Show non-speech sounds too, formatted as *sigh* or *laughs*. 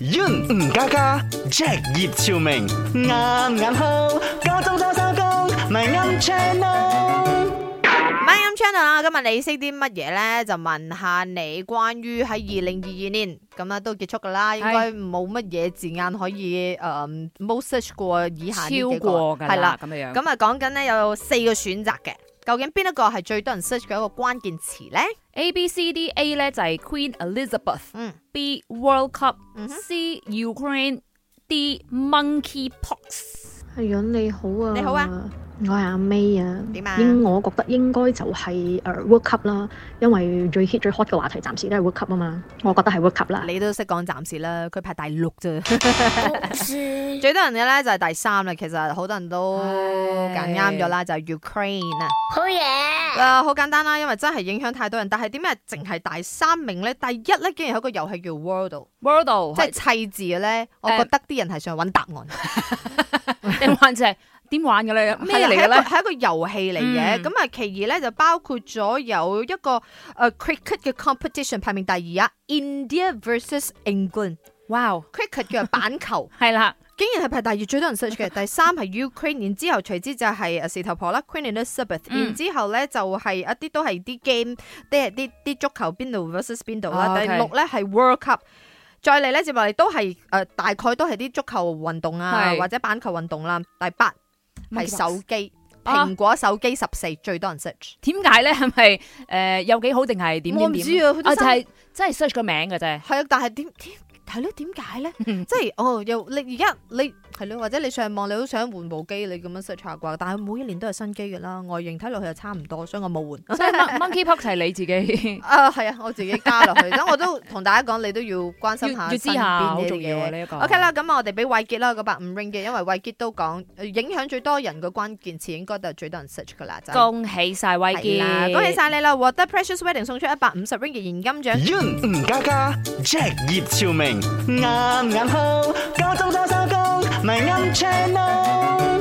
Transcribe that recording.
Yun 吳家家，Jack 葉朝明，啱啱好，夠鐘咗收工，咪啱 channel。 My Own Channel 啊，今日你識啲乜嘢咧？就問下你關於喺二零二二年咁啦，都結束噶啦，應該冇乜嘢字眼可以誒嗯冇 search 過以下呢幾超個過㗎係啦啦，。咁樣樣。咁啊講緊咧有四個選擇嘅，究竟邊一個係最多人 search 嘅一個關鍵詞咧？ A、B、C、D、A 咧就係 Queen 嗯 Elizabeth，B 嗯 World 哼 Cup，C Ukraine，D Monkey Pox。阿潤你好啊，你好啊，我係阿 May 啊，點啊應我覺得應該就係誒呃 World Cup 啦，因為最 hit 最 hot 嘅話題暫時都係 World Cup 啊嘛，我覺得係 World Cup 啦。你都識講暫時啦，佢排第六啫。哦 *laughs* 最多人嘅咧就係第三啦，其實好多人都揀係啱咗啦，就係 Ukraine 啊。好嘢。啊，好簡單啦，因為真係影響太多人。但係點解淨係第三名咧？第一咧，竟然有一個遊戲叫 Wordle， World 即係砌字嘅咧。我覺得啲人係想揾答案，定 *laughs* 還是係點玩嘅咧？咩嚟係嘅一個咧？係一個遊戲嚟嘅。嗯咁啊，其二咧就包括咗有一個誒 cricket 嘅 competition 排名第二啊，India versus England。哇， cricket 嘅板球係啦，竟然係排第二最多人 *laughs* search 嘅，第三係 Ukraine，然之後隨之就係誒石頭婆啦，Queen Elizabeth，嗯然之後咧就係一啲都係啲 game，啲啲啲足球邊度 versus 邊度啦，哦第 OK 六咧係 World Cup。再嚟咧，接落嚟都係誒、呃大概都係啲足球運動啊，係或者板球運動啦。第八係 Monkey box 手機，啊蘋果手機十四最多人 search。點解咧？係咪誒有幾好定係點我點唔點？知啊佢都啊就生係真係 search 個名嘅 *laughs* 啫。係啊，但係點點係咯？點解咧？即係哦，又你而家你係咯，或者你上網你都想換部機，你咁樣 search 下啩？但係每一年都有新機噶啦，外形睇落去又差唔多，所以我冇 *laughs* 換。即係 *laughs* mon- Monkey Pox 係你自己啊，係啊，我自己加落去。咁我都同大家講，你都要關要心下要身知邊下，呢好啲重要啊嘢。呢一個。 OK 啦，咁我哋俾偉傑啦，嗰百五 ring 嘅，因為偉傑都講呃影響最多人嘅關鍵詞應該都係最多人 search 噶啦，就係恭喜晒威係傑啦，恭喜！晒你啦！獲得 Precious Wedding 送出一百五十 ring 嘅現金獎。 Yun 吳家家，Jack 葉朝明，啱啱好，夠鐘咗收工，咪啱 channel。